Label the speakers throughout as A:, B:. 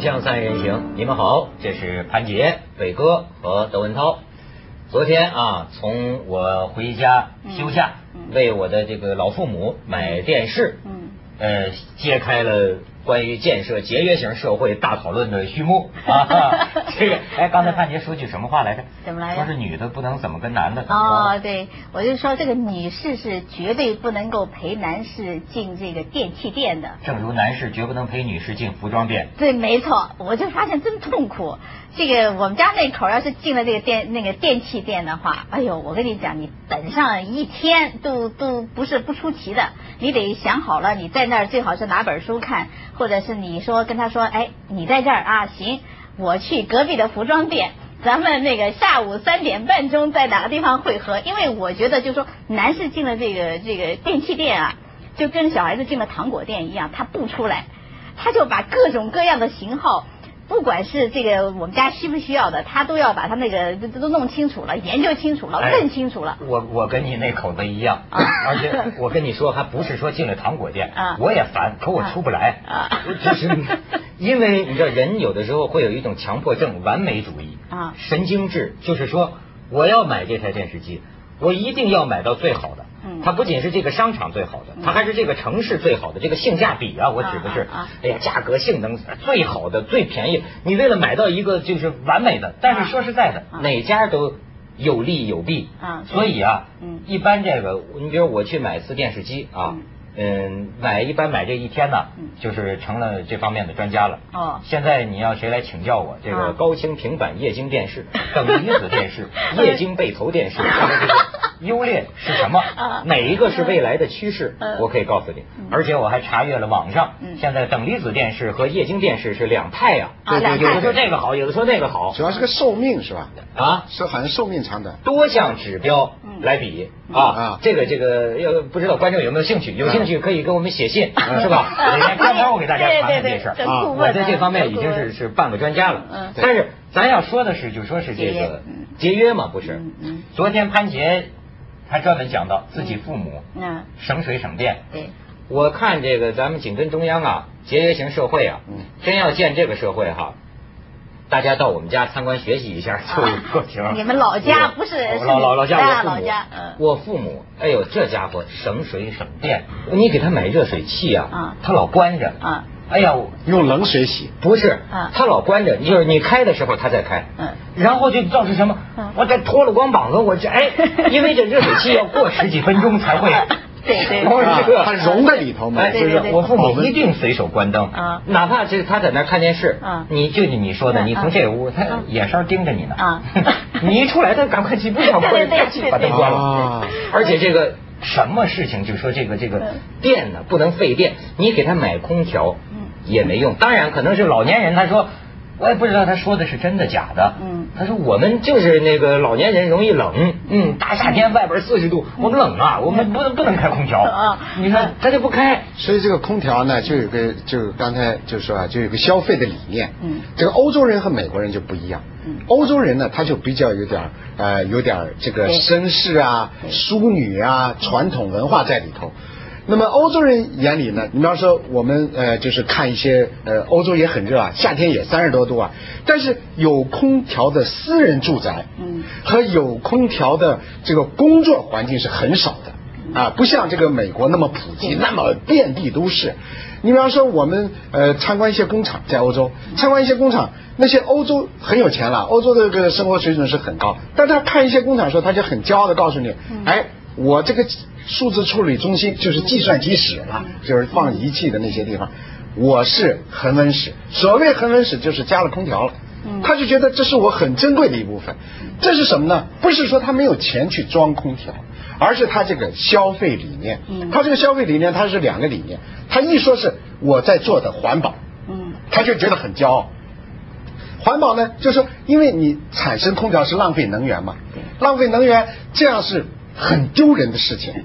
A: 向三人行，你们好，这是潘杰、伟哥和窦文涛。昨天啊，从我回家休假，
B: 嗯嗯
A: 为我的这个老父母买电视，
B: 嗯，
A: 呃，揭开了关于建设节约型社会大讨论的序 幕啊。这个，哎，刚才潘杰说句什么话来着？
B: 怎么来着
A: 说是女的不能怎么跟男的怎么
B: 哦
A: 着，
B: 对，我就说这个女士是绝对不能够陪男士进这个电器店的。
A: 正如男士绝不能陪女士进服装店。
B: 对，没错，我就发现真痛苦。这个我们家那口儿要是进了这个电那个电器店的话，哎呦，我跟你讲，你等上一天都都不是不出奇的。你得想好了，你在那儿最好是拿本书看，或者是你说跟他说，哎，你在这儿啊，行，我去隔壁的服装店。咱们那个下午三点半钟在哪个地方汇合？因为我觉得，就说男士进了这个这个电器店啊，就跟小孩子进了糖果店一样，他不出来，他就把各种各样的型号，不管是这个我们家需不需要的，他都要把他那个都都弄清楚了，研究清楚了，
A: 哎
B: 问清楚了。
A: 我我跟你那口子一样，
B: 啊
A: 而 且我跟你说，还不是说进了糖果店，
B: 啊
A: 我也烦，可我出不来，
B: 啊啊
A: 我只是因为你知道，人有的时候会有一种强迫症、完美主义
B: 啊
A: 神经质，就是说我要买这台电视机，我一定要买到最好的。
B: 嗯
A: 它不仅是这个商场最好的，
B: 嗯
A: 它还是这个城市最好的，这个性价比啊，我指的是，
B: 啊啊啊
A: 哎呀，价格、性能最好的、最便宜。你为了买到一个就是完美的，但是说实在的，
B: 啊
A: 哪家都有利有弊
B: 啊对
A: 所以啊，
B: 嗯
A: 一般这个，你比如我去买一次电视机啊，嗯，买一般买这一天呢
B: 嗯，
A: 就是成了这方面的专家了。
B: 哦
A: 现在你要谁来请教我这个
B: 啊
A: 高清平板液晶电 视、等离子电视、液晶背投电视，它的这个优劣是什么
B: 啊？
A: 哪一个是未来的趋势
B: 嗯？
A: 我可以告诉你
B: 嗯，
A: 而且我还查阅了网上
B: 嗯，
A: 现在等离子电视和液晶电视是两派呀，
B: 啊
A: 对
B: 两
A: 对，
B: 派
A: 有的说这个好，有的说那个好
C: 主要是个寿命是吧？
A: 啊。
C: 是好像寿命长短。
A: 多项指标来比、
B: 嗯
A: 啊，
C: 啊
A: 这个这个要不知道观众有没有兴趣？有兴趣可以给我们写信，
C: 嗯
A: 是吧？
B: 嗯
A: 每天专门我给大家谈谈
B: 对对
A: 这
B: 对
A: 事儿
B: 这
A: 啊，
B: 顾问
A: 我在这方面已经
B: 这顾
A: 是
B: 问
A: 是半个专家了。
B: 嗯
C: 对
A: 但是咱要说的是，就说是这
B: 节约
A: 个
B: 嗯
A: 节约嘛，不是
B: 嗯嗯？
A: 昨天潘杰还专门讲到自己父母
B: 嗯，
A: 省水省电，
B: 对，
A: 我看这个咱们紧跟中央啊，节约型社会啊，
C: 嗯
A: 真要建这个社会哈、大家到我们家参观学习一下就够行了。
B: 你们老家不是
A: 我老老老家我父母
B: 是你老家嗯
A: 我父母，哎呦，这家伙省水省电，你给他买热水器啊，
B: 啊
A: 他老关着
B: 啊，
A: 哎呀，
C: 用冷水洗，
A: 不是，
B: 啊
A: 他老关着，就是你开的时候他在开，
B: 嗯
A: 然后就造成什么
B: 嗯？，
A: 我这脱了光膀子，我这哎，因为这热水器要过十几分钟才会
B: 对对
A: 然后
C: 啊
A: 这个
C: 它融在里头嘛
A: 哎，
B: 对
A: 就是
B: 对对
A: 我父母一定随手关灯
B: 啊
A: 哪怕这他在那儿看电视
B: 啊
A: 你就你说的，
B: 嗯
A: 你从这屋他
B: 嗯
A: 眼梢盯着你呢
B: 啊
A: 你一出来他赶快去，不 想
B: 对
A: 关，
B: 对对
A: 赶紧把
B: 对
A: 灯
B: 对
A: 关
C: 啊
A: 了，而且这个。什么事情就说这个这个
B: 嗯
A: 电呢不能费电，你给他买空调，
B: 嗯
A: 也没用。当然，可能是老年人，他说，我也不知道他说的是真的假的。
B: 嗯
A: 他说我们就是那个老年人容易冷，嗯，大夏天外边四十度，
B: 嗯
A: 我们冷啊，我们不能不能开空调
B: 啊
A: 你看他就不开，
C: 所以这个空调呢，就有个就刚才就说啊，就有个消费的理念。
B: 嗯
C: 这个欧洲人和美国人就不一样。
B: 嗯
C: 欧洲人呢，他就比较有点儿呃，有点儿这个
B: 对嗯
C: 绅士啊、淑女啊、传统文化在里头。那么欧洲人眼里呢，你要说我们呃，就是看一些呃，欧洲也很热啊，夏天也三十多度啊，但是有空调的私人住宅，
B: 嗯
C: 和有空调的这个工作环境是很少的。啊，不像这个美国那么普及，那么遍地都是。你比方说，我们呃参观一些工厂，在欧洲参观一些工厂，那些欧洲很有钱了，欧洲的这个生活水准是很高，但他看一些工厂的时候，他就很骄傲的告诉你，哎，我这个数字处理中心就是计算机室啊，就是放仪器的那些地方，我是恒温室。所谓恒温室，就是加了空调了。
B: 嗯
C: 他就觉得这是我很珍贵的一部分。这是什么呢？不是说他没有钱去装空调，而是他这个消费理念。
B: 嗯
C: 他这个消费理念，他是两个理念。他一说是我在做的环保，
B: 嗯
C: 他就觉得很骄傲。环保呢，就是说因为你产生空调是浪费能源嘛，浪费能源这样是很丢人的事情。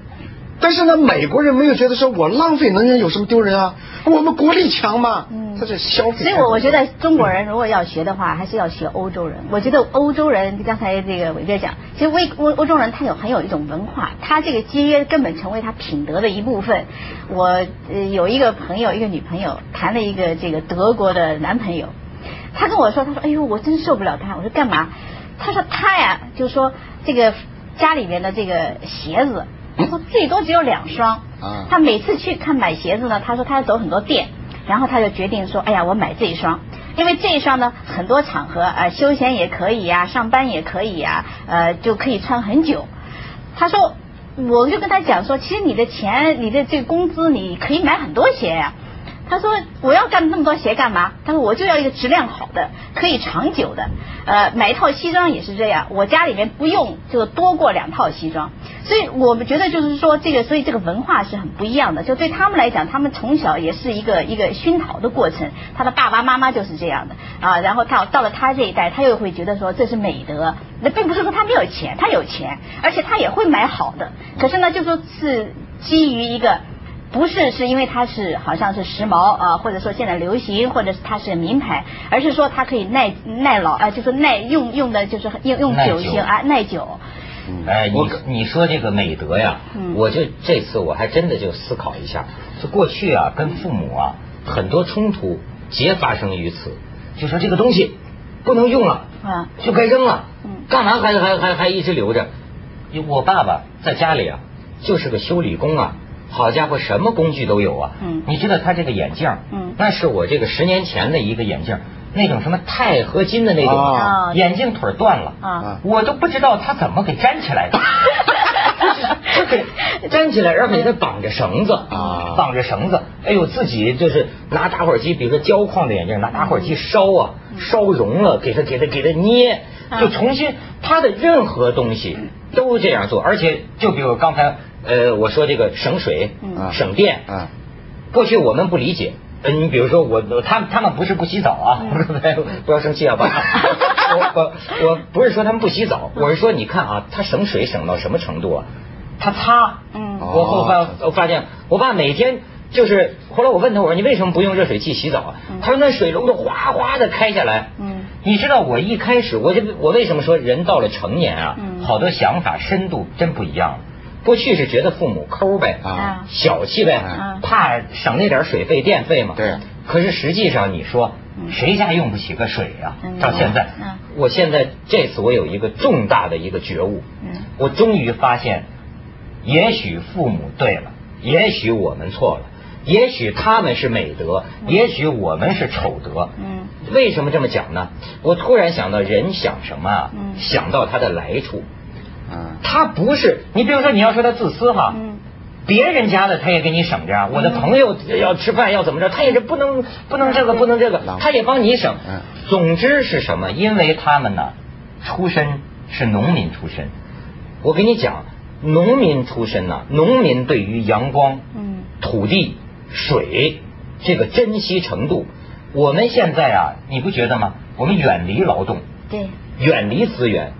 C: 但是呢，美国人没有觉得说我浪费能源有什么丢人啊？我们国力强嘛，
B: 嗯
C: 他是消费。
B: 所以我我觉得中国人如果要学的话，还是要学欧洲人。我觉得欧洲人刚才这个伟哥讲，其实微欧欧洲人他有很有一种文化，他这个节约根本成为他品德的一部分。我呃有一个朋友，一个女朋友谈了一个这个德国的男朋友。他跟我说，他说：“哎呦，我真受不了他。”我说：“干嘛？”他说：“他呀，就说这个家里面的这个鞋子，他说最多只有两双。
C: 啊
B: 他每次去看买鞋子呢，他说他要走很多店，然后他就决定说：“哎呀，我买这一双。”因为这一双呢，很多场合啊、呃休闲也可以呀、上班也可以呀、呃，就可以穿很久。他说，我就跟他讲说，其实你的钱，你的这个工资，你可以买很多鞋呀、他说我要干那么多鞋干嘛？他说我就要一个质量好的，可以长久的。呃，买一套西装也是这样，我家里面不用就多过两套西装。所以我们觉得就是说这个，所以这个文化是很不一样的。就对他们来讲，他们从小也是一个一个熏陶的过程。他的爸爸妈妈就是这样的啊，然后到到了他这一代，他又会觉得说这是美德。那并不是说他没有钱，他有钱，而且他也会买好的。可是呢，就说是基于一个。不是是因为它是好像是时髦啊、或者说现在流行，或者是它是名牌，而是说它可以耐耐老啊、就是耐用用的就是用用
A: 耐
B: 久
A: 久
B: 性啊，耐久。
A: 哎，
C: 我
A: 你你说这个美德呀，
B: 嗯
A: 我就这次我还真的就思考一下，就过去啊跟父母啊
B: 嗯
A: 很多冲突皆发生于此，就说这个东西不能用了，
B: 啊，
A: 就该扔了，
B: 嗯
A: 干嘛还还还还一直留着？因为我爸爸在家里啊就是个修理工啊，好家伙，什么工具都有啊，
B: 嗯
A: 你知道他这个眼镜，
B: 嗯
A: 那是我这个十年前的一个眼镜，那种什么钛合金的那种，
B: 哦
C: 啊
A: 眼镜腿儿断了
B: 啊
A: 我都不知道他怎么给粘起 来的。他给粘起来，然后给他绑着绳子
C: 啊
A: 绑着绳子。哎呦，自己就是拿打火机，比如说胶框的眼镜，拿打火机烧啊，
B: 嗯
A: 烧融了，给他给他给他捏，
B: 啊
A: 就重新他的任何东西都这样做，而且就比如刚才呃我说这个省水
B: 嗯、
A: 省电
C: 啊，
A: 过去我们不理解。呃，你比如说我，我他们他们不是不洗澡啊，
B: 嗯
A: 不要生气啊，爸。我我我不是说他们不洗澡，
B: 嗯
A: 我是说你看啊，他省水省到什么程度啊？他擦，
B: 嗯
A: 我后发我发现我爸每天就是，后来我问他，我说你为什么不用热水器洗澡啊？他说那水龙头哗哗的开下来，
B: 嗯，
A: 你知道我一开始我就我为什么说人到了成年啊，
B: 嗯
A: 好多想法深度真不一样了。过去是觉得父母抠呗，
C: 啊
A: 小气呗，
B: 嗯
A: 怕省那点水费电费嘛。
C: 对
A: 可是实际上，你说
B: 嗯
A: 谁家用不起个水呀、
B: 嗯
A: 到现在
B: 嗯，
A: 我现在这次我有一个重大的一个觉悟
B: 嗯，
A: 我终于发现，也许父母对了，也许我们错了，也许他们是美德，也许我们是丑德。
B: 嗯，
A: 为什么这么讲呢？我突然想到，人想什么啊？
B: 嗯
A: 想到他的来处。
C: 啊
A: 他不是你，比如说你要说他自私哈，
B: 嗯
A: 别人家的他也给你省着啊，我的朋友要吃饭要怎么着，他也是不能不能这个不能这个
C: 浪，费
A: 他也帮你省
C: 嗯。
A: 总之是什么？因为他们呢，出身是农民出身，我跟你讲，农民出身呐、农民对于阳光、
B: 嗯
A: 土地、水这个珍惜程度，我们现在啊，你不觉得吗？我们远离劳动，
B: 对，
A: 远离资源。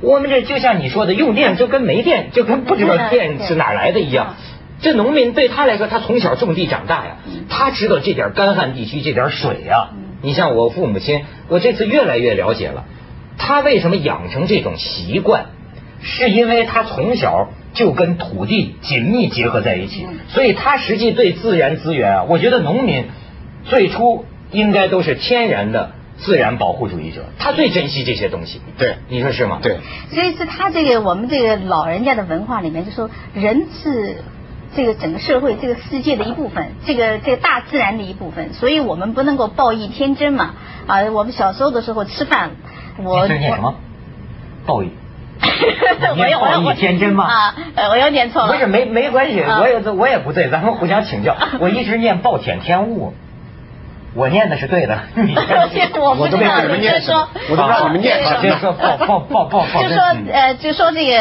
A: 我们这就像你说的，用电就跟没电，就跟不知道电是哪来的一样。这农民对他来说，他从小种地长大呀，
C: 嗯
A: 他知道这点干旱地区这点水呀、你像我父母亲，我这次越来越了解了，他为什么养成这种习惯，是因为他从小就跟土地紧密结合在一起，
C: 嗯
A: 所以他实际对自然资源啊，我觉得农民最初应该都是天然的自然保护主义者，他最珍惜这些东西。
C: 对
A: 你说是吗？
C: 对，
B: 所以是他这个我们这个老人家的文化里面，就说人是这个整个社会、这个世界的一部分，这个这个大自然的一部分，所以我们不能够抱以天真嘛。啊，我们小时候的时候吃饭，我
A: 你这念什么？报应。
B: 我有我有
A: 你天真吗
B: 啊，呃我有点 错了。
A: 不是没没关系，
B: 啊
A: 我也我也不对，咱们互相请 教。我一直念暴殄天物，我念的是对 的，你念的是
B: 我不
C: 我都
B: 知
C: 没
B: 道
C: 看你们
B: 你
C: 念
B: 就
C: 什么
B: 说，
C: 我都不知道你们念
B: 什
C: 什
B: 么
C: 么。
A: 接着说报报报报报 真
B: 就说
A: 嗯
B: 呃，就说这个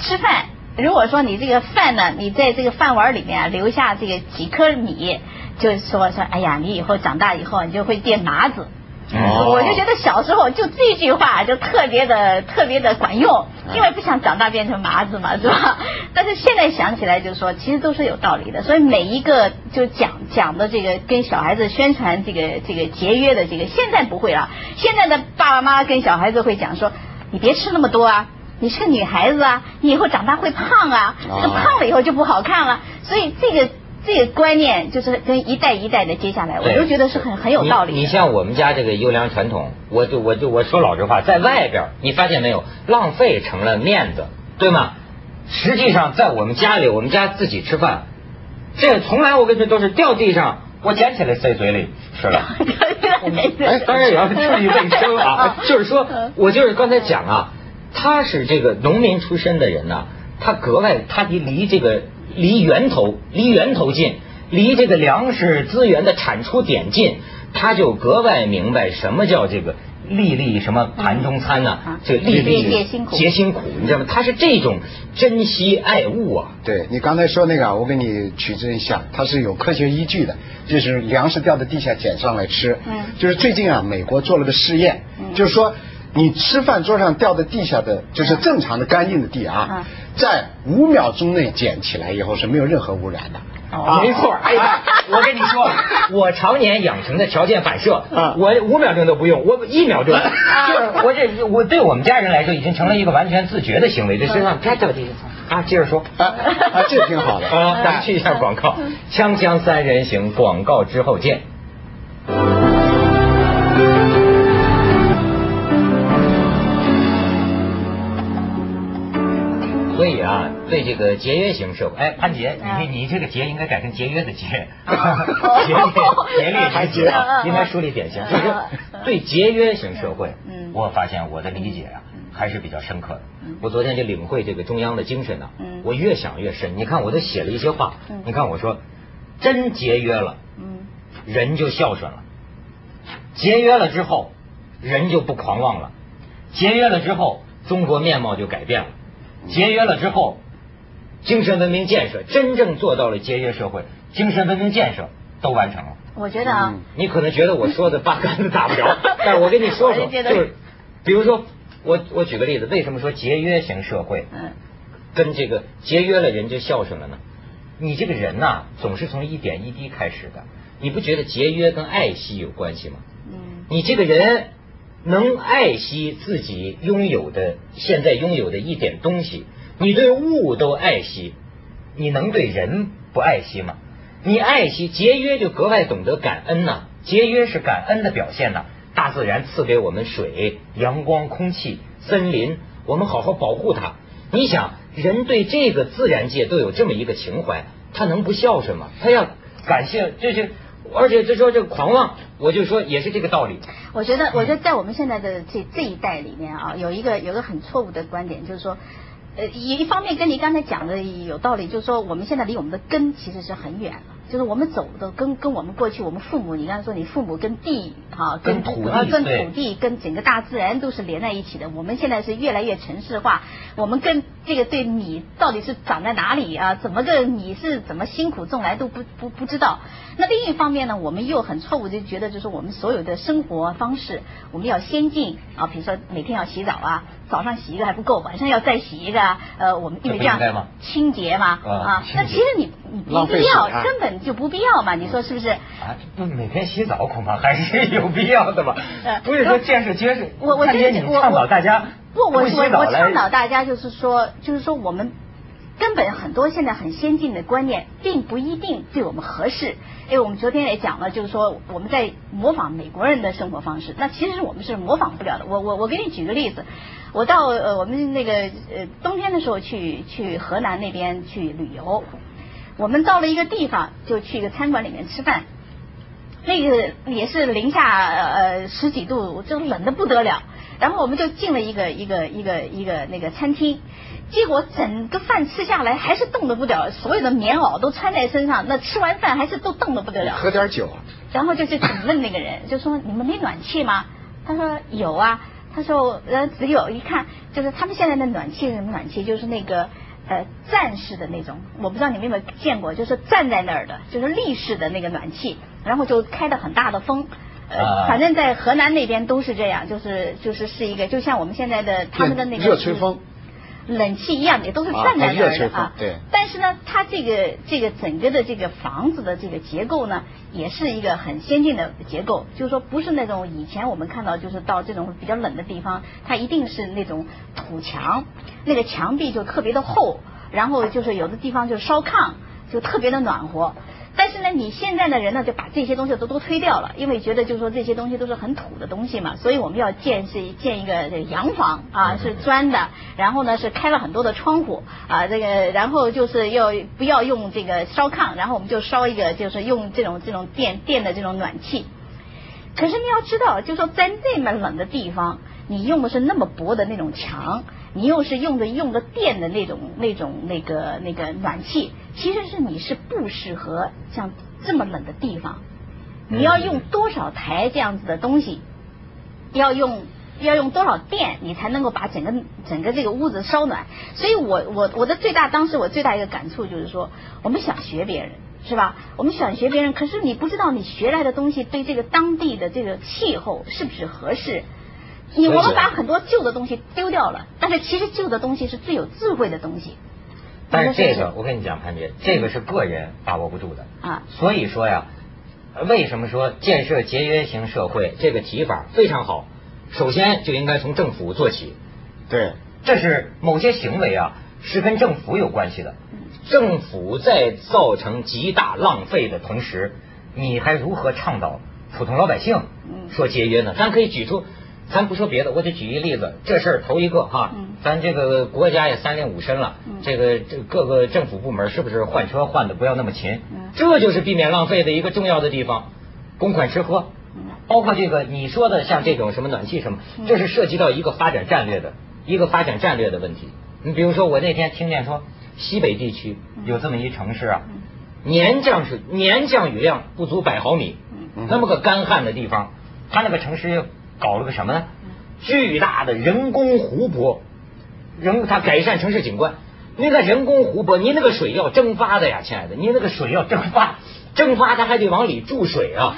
B: 吃饭，如果说你这个饭呢，你在这个饭碗里面啊留下这个几颗米，就是说说，哎呀，你以后长大以后你就会变麻子。
C: 哦
B: 我就觉得小时候就这句话就特别的特别的管用，
A: 嗯
B: 因为不想长大变成麻子嘛，是吧？但是现在想起来，就是说其实都是有道理的。所以每一个就讲讲的这个跟小孩子宣传这个这个节约的这个，现在不会了。现在的爸爸妈妈跟小孩子会讲说，你别吃那么多啊。你是个女孩子啊，你以后长大会胖啊，
C: 哦
B: 这个胖了以后就不好看了，所以这个这个观念就是跟一代一代的接下来，我就觉得是很很有道理
A: 你。你像我们家这个优良传统，我就我就我说老实话，在外边你发现没有，浪费成了面子，对吗？实际上在我们家里，我们家自己吃饭，这从来我跟你说都是掉地上。我捡起来塞嘴里吃了， 哎，当然也要注意卫生 啊。就是说，我就是刚才讲啊，他是这个农民出身的人呐、啊，他格外他离离这个离源头离源头近，离这个粮食资源的产出点近，他就格外明白什么叫这个粒粒什么盘中餐呐、啊，这粒粒皆辛苦，你知道吗？他是这种珍惜爱物啊。
C: 对你刚才说那个，啊我给你取证一下，它是有科学依据的。就是粮食掉到地下捡上来吃，嗯，就是最近啊，美国做了个试验，嗯、就是说你吃饭桌上掉到地下的，就是正常的干净的地啊，嗯、在五秒钟内捡起来以后是没有任何污染的。啊
A: 哦、没错， 哎呀，我跟你 说，我常年养成的条件反射，我五秒钟都不用，我一秒钟，就是我这我对我们家人来说已经成了一个完全自觉的行为，这身上啪掉地上啊，接着说
C: 啊，啊，这个挺好的哎
A: 啊，咱们去一下广告，锵锵三人行，广告之后见。所以啊，对这个节约型社会，哎，潘杰，你你这个节应该改成节约的节，节约节律还节啊，应该梳理典型。就是对节约型社会，我发现我的理解啊还是比较深刻的。我昨天就领会这个中央的精神呢，我越想越深。你看，我都写了一些话，你看我说，真节约了，
B: 嗯
A: 人就孝顺了；节约了之后，人就不狂妄了；节约了之后，中国面貌就改变了。节约了之后，精神文明建设真正做到了节约社会，精神文明建设都完成了。
B: 我觉得啊、嗯，
A: 你可能觉得我说的八竿子打不着，但是我跟你说说，就,就是比如说，我我举个例子，为什么说节约型社会，嗯，跟这个节约了人就孝顺了呢？你这个人呐、啊，总是从一点一滴开始的，你不觉得节约跟爱惜有关系吗？嗯，你这个人。能爱惜自己拥有的现在拥有的一点东西，你对物都爱惜，你能对人不爱惜吗？你爱惜节约就格外懂得感恩呐、啊，节约是感恩的表现呐、啊。大自然赐给我们水、阳光、空气、森林，我们好好保护它。你想，人对这个自然界都有这么一个情怀，他能不孝顺吗？他要感谢，这是。而且就说这个狂妄，我就说也是这个道理。
B: 我觉得，我觉得在我们现在的这这一代里面啊，有一个有个很错误的观点，就是说，呃，一方面跟你刚才讲的有道理，就是说我们现在离我们的根其实是很远了，就是我们走的跟跟我们过去我们父母，你刚才说你父母跟地啊，
A: 跟土地、
B: 跟土地、跟整个大自然都是连在一起的。我们现在是越来越城市化，我们跟这个对米到底是长在哪里啊？怎么个米是怎么辛苦种来都不不不知道。那另一方面呢，我们又很错误，就觉得就是我们所有的生活方式，我们要先进啊，比如说每天要洗澡啊，早上洗一个还不够，晚上要再洗一个，呃，我们因为这样清洁嘛啊，那其实你你不必要，根本就不必要嘛，你说是不是？
A: 啊，不每天洗澡恐怕还 是有必要的吧？不是说见识见识，
B: 呃我我
A: 觉得你倡导大家
B: 不，我我我倡导大家就是说，就是说我们。根本很多现在很先进的观念，并不一定对我们合适。哎，我们昨天也讲了，就是说我们在模仿美国人的生活方式，那其实我们是模仿不了的。我我我给你举个例子，我到呃我们那个呃冬天的时候去去河南那边去旅游，我们到了一个地方就去一个餐馆里面吃饭，那个也是零下呃十几度，就冷的不得了。然后我们就进了一个一个一个一个那个餐厅。结果整个饭吃下来还是冻得不了，所有的棉袄都穿在身上，那吃完饭还是都冻得不得了。
C: 哎喝点酒。啊
B: 然后就就问那个人，就说你们没暖气吗？他说有啊，他说呃只有一看就是他们现在的暖气什么暖气，就是那个呃站式的那种，我不知道你们有没有见过，就是站在那儿的，就是立式的那个暖气，然后就开的很大的风。
C: 啊
B: 呃，反正在河南那边都是这样，就是就是是一个，就像我们现在的他们的那个
C: 热吹风。
B: 冷气一样的，也都是站在那儿的啊。
C: 对。
B: 但是呢，它这个这个整个的这个房子的这个结构呢，也是一个很先进的结构，就是说不是那种以前我们看到，就是到这种比较冷的地方，它一定是那种土墙，那个墙壁就特别的厚，然后就是有的地方就烧炕，就特别的暖和。但是呢，你现在的人呢，就把这些东西都都推掉了，因为觉得就是说这些东西都是很土的东西嘛，所以我们要建是建一个这个洋房啊，是砖的，然后呢是开了很多的窗户啊，这个然后就是要不要用这个烧炕，然后我们就烧一个就是用这种这种电电的这种暖气。可是你要知道，就说在那么冷的地方，你用的是那么薄的那种墙，你又是用的用的电的那种那种那个那个暖气，其实是你是不适合像这么冷的地方。你要用多少台这样子的东西，要用要用多少电，你才能够把整个整个这个屋子烧暖。所以我我我的最大当时我最大一个感触就是说，我们想学别人。是吧？我们想学别人，可是你不知道你学来的东西对这个当地的这个气候是不是合适。你我们把很多旧的东西丢掉了，但是其实旧的东西是最有智慧的东西。
A: 但是这个我跟你讲，潘姐，这个是个人把握不住的
B: 啊。
A: 所以说呀，为什么说建设节约型社会这个提法非常好？首先就应该从政府做起。
C: 对，
A: 这是某些行为啊。是跟政府有关系的。政府在造成极大浪费的同时，你还如何倡导普通老百姓说节约呢？咱可以举出，咱不说别的，我得举一例子。这事儿头一个哈，咱这个国家也三令五申了，这个这各个政府部门是不是换车换的不要那么勤？这就是避免浪费的一个重要的地方，公款吃喝，包括这个你说的像这种什么暖气什么，这是涉及到一个发展战略的一个发展战略的问题。你比如说，我那天听见说，西北地区有这么一城市啊，年降水年降雨量不足百毫米，那么个干旱的地方，他那个城市搞了个什么呢？巨大的人工湖泊，人他改善城市景观。那个人工湖泊，你那个水要蒸发的呀，亲爱的，你那个水要蒸发， 蒸发它还得往里注水啊。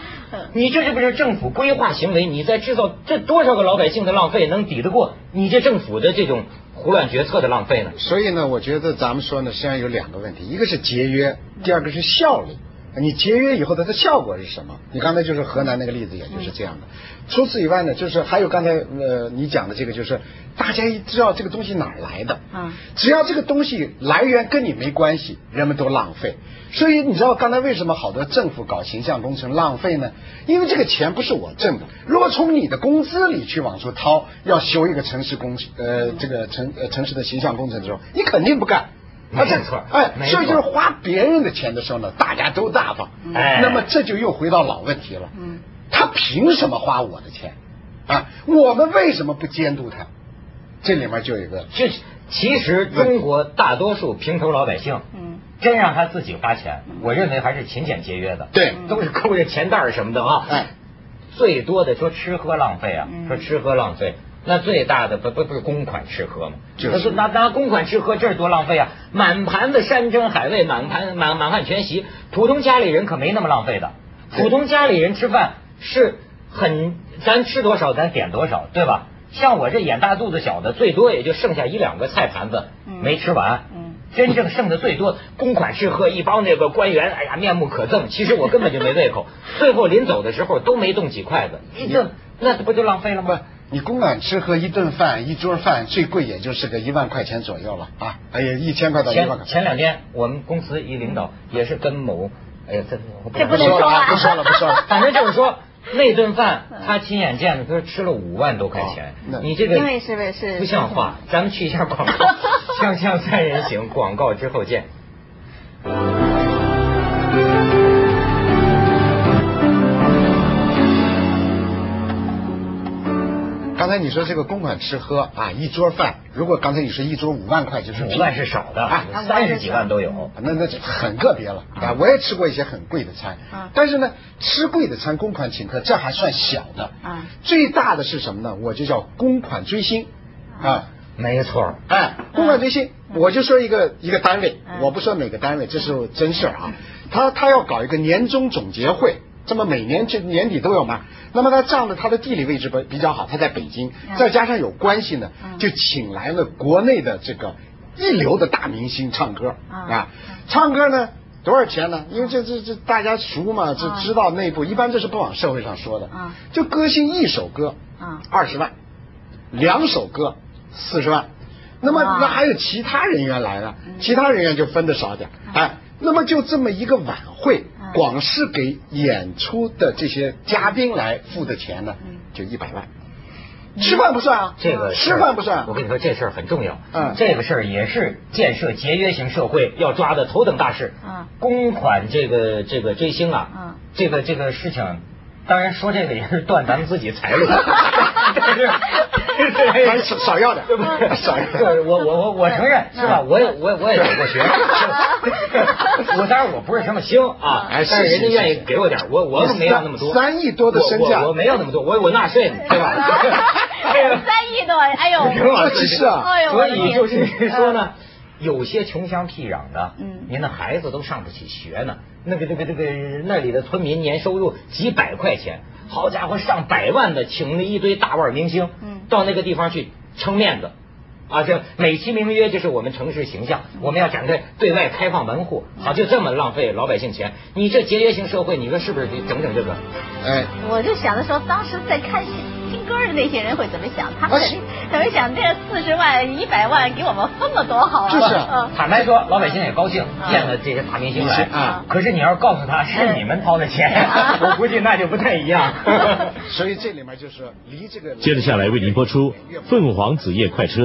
A: 你这是不是政府规划行为？你在制造这多少个老百姓的浪费，能抵得过你这政府的这种胡乱决策的浪费呢？
C: 所以呢，我觉得咱们说呢，实际上有两个问题，一个是节约，第二个是效率。你节约以后它的效果是什么？你刚才就是河南那个例子，也就是这样的。除此以外呢，就是还有刚才呃你讲的这个，就是大家一知道这个东西哪儿来的，
B: 嗯
C: 只要这个东西来源跟你没关系，人们都浪费。所以你知道刚才为什么好多政府搞形象工程浪费呢？因为这个钱不是我挣的，如果从你的工资里去往出掏，要修一个城市工呃这个城呃城市的形象工程的时候，你肯定不干。
A: 没
C: 这
A: 错
C: 哎，
A: 没
C: 所以就是
A: 错
C: 花别人的钱的时候呢，大家都大方。
A: 哎
C: 那么这就又回到老问题了。
B: 嗯，
C: 他凭什么花我的钱？啊，我们为什么不监督他？这里面就有一个
A: 这其实中国大多数平头老百姓，
B: 嗯，
A: 真让他自己花钱，我认为还是勤俭节约的，
C: 对
A: 都是抠着钱袋儿什么的啊。
C: 哎，
A: 最多的说吃喝浪费啊，
B: 嗯
A: 说吃喝浪费。那最大的不不不是公款吃喝吗？
C: 就是
A: 他说拿拿公款吃喝，这是多浪费啊！满盘子山珍海味，满盘满满汉全席，普通家里人可没那么浪费的。
C: 对
A: 普通家里人吃饭是很，咱吃多少咱点多少，对吧？像我这眼大肚子小的，最多也就剩下一两个菜盘子
B: 嗯
A: 没吃完。
B: 嗯
A: 真正剩的最多，公款吃喝，一帮那个官员，哎呀，面目可憎。其实我根本就没胃口，最后临走的时候都没动几筷子，这那不就浪费了
C: 不
A: 吗？，
C: 你公款吃喝一顿饭一桌饭最贵也就是个一万块钱左右了啊，哎呀，一千块到一万
A: 前
C: 块。
A: 前两天我们公司一领导也是跟某，哎呀，这我
B: 这不能
C: 说
B: 说
C: 了
B: 啊，
C: 不说了，不说了。
A: 反正就是说那顿饭他亲眼见的，他说吃了五万多块钱
C: 哦那，
A: 你这个
B: 因为是不是
A: 不像话？咱们去一下广告，《锵锵三人行》广告之后见。
C: 刚才你说这个公款吃喝啊，一桌饭，如果刚才你说一桌五万块，就是
A: 五万是少的
C: 啊，
A: 三十几万都有。
C: 那那就很个别了啊！
A: 嗯
C: 我也吃过一些很贵的餐，
B: 啊
C: 但是呢，吃贵的餐公款请客，这还算小的
A: 嗯
B: 啊。
C: 最大的是什么呢？我就叫公款追星
A: 嗯
C: 啊。
A: 没错，
C: 哎，公款追星，我就说一个一个单位，
B: 嗯
C: 我不说哪个单位，这是真事儿啊。他他要搞一个年终总结会，这么每年这年底都有嘛。那么他仗着他的地理位置比比较好，他在北京，
B: 嗯
C: 再加上有关系呢，
B: 嗯
C: 就请来了国内的这个一流的大明星唱歌
B: 啊
C: 啊，唱歌呢。多少钱呢？因为这这这大家熟嘛，这
B: 啊
C: 知道内部，一般这是不往社会上说的
B: 啊。
C: 就歌星一首歌
B: 啊
C: 二十万，两首歌四十万。那么
B: 哇嗯
C: 那还有其他人员来了，其他人员就分的少点儿，哎，那么就这么一个晚会
B: 嗯，
C: 光是给演出的这些嘉宾来付的钱呢，
B: 嗯
C: 就一百万。吃饭不算啊，
A: 这个
C: 吃饭不算。
A: 我跟你说，这事儿很重要。
C: 嗯
A: 这个事儿也是建设节约型社会要抓的头等大事。
B: 嗯
A: 公款这个这个追星啊，
B: 嗯
A: 这个这个事情，当然说这个也是断咱们自己财路， 但是。
C: 咱少少要点嗯
A: 对不对
C: 少要点
A: 就是我我我我承认是吧？我也我我也走过学， 我当然我不是什么星啊，
C: 哎是
A: 但是人家
C: 是
A: 愿意
C: 是
A: 给我点儿，我我
C: 你
A: 没有那么多，
C: 三三亿多的身价
A: 我我我没有那么多，我我纳税呢，对 吧？ 哎呀
B: 三亿多，哎呦，
A: 陈老
C: 这
A: 师
C: 是啊
B: 哎呦我
A: 所
B: 的
A: 以
B: 天
A: 就是说呢，有些穷乡僻壤的，
B: 嗯
A: 您的孩子都上不起学呢，那个那个那个那里的村民年收入几百块钱，好家伙，上百万的请了一堆大腕明星，
B: 嗯
A: 到那个地方去撑面子。啊，这美其名曰就是我们城市形象，
B: 嗯
A: 我们要展开对外开放门户，好就这么浪费老百姓钱，你这节约型社会，你说是不是得整整这个？
C: 哎，
B: 我就想的时候，当时在看戏听歌的那些人会怎么想？他们
C: 啊
B: 肯定怎么想？这四十万、一百万给我们分了多好啊！
C: 就是
B: 嗯
A: 坦白说，老百姓也高兴，
B: 啊
A: 见了这些大明星来
C: 啊
A: 可是你要告诉他是你们掏的钱， 我估计那就不太一样。
C: 所以这里面就是离这个
D: 接着下来为您播出《凤凰子夜快车》。